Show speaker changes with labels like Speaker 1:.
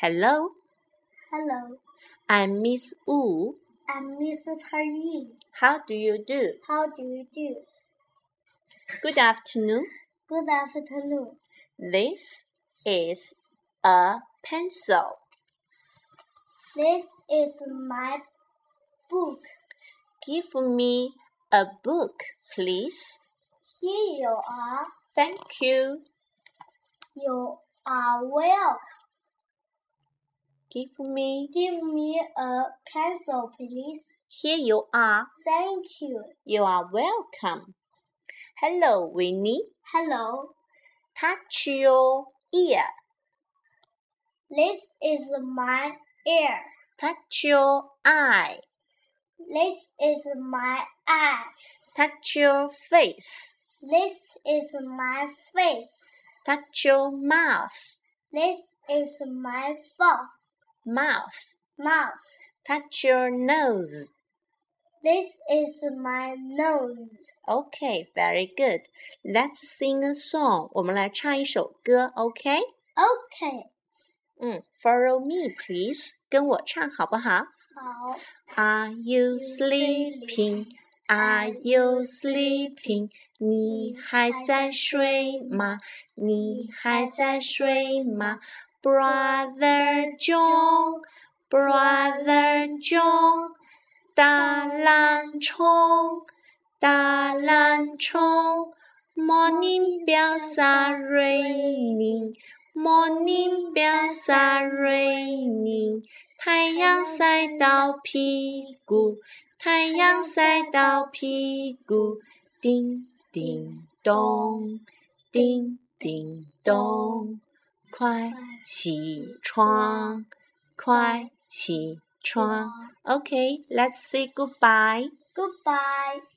Speaker 1: Hello,
Speaker 2: Hello,
Speaker 1: I'm Miss Wu.
Speaker 2: I'm Mr. Yu.
Speaker 1: How do you do?
Speaker 2: How do you do?
Speaker 1: Good afternoon.
Speaker 2: Good afternoon.
Speaker 1: This is a pencil.
Speaker 2: This is my book.
Speaker 1: Give me a book, please.
Speaker 2: Here you are.
Speaker 1: Thank you.
Speaker 2: You are welcome.
Speaker 1: Give me.
Speaker 2: Give me a pencil, please.
Speaker 1: Here you are.
Speaker 2: Thank you.
Speaker 1: You are welcome. Hello, Winnie.
Speaker 2: Hello.
Speaker 1: Touch your ear.
Speaker 2: This is my ear.
Speaker 1: Touch your eye.
Speaker 2: This is my eye.
Speaker 1: Touch your face.
Speaker 2: This is my face.
Speaker 1: Touch your mouth.
Speaker 2: This is my mouth.
Speaker 1: Mouth.
Speaker 2: Mouth.
Speaker 1: Touch your nose.
Speaker 2: This is my nose.
Speaker 1: Okay, very good. Let's sing a song. 我们来唱一首歌，OK？
Speaker 2: Okay.
Speaker 1: 嗯，Follow me, please，跟我唱好不好
Speaker 2: 好。
Speaker 1: ？Are you sleeping? Are you sleeping? 你还在睡吗？你还在睡吗？Brother John, Brother John，大懒虫，大懒虫，Morning bells are ringing, Morning bells are ringing，太阳晒到屁股。太阳晒到屁股，叮叮咚，叮叮咚，快起床，快起床。OK，let's、say goodbye。
Speaker 2: Goodbye.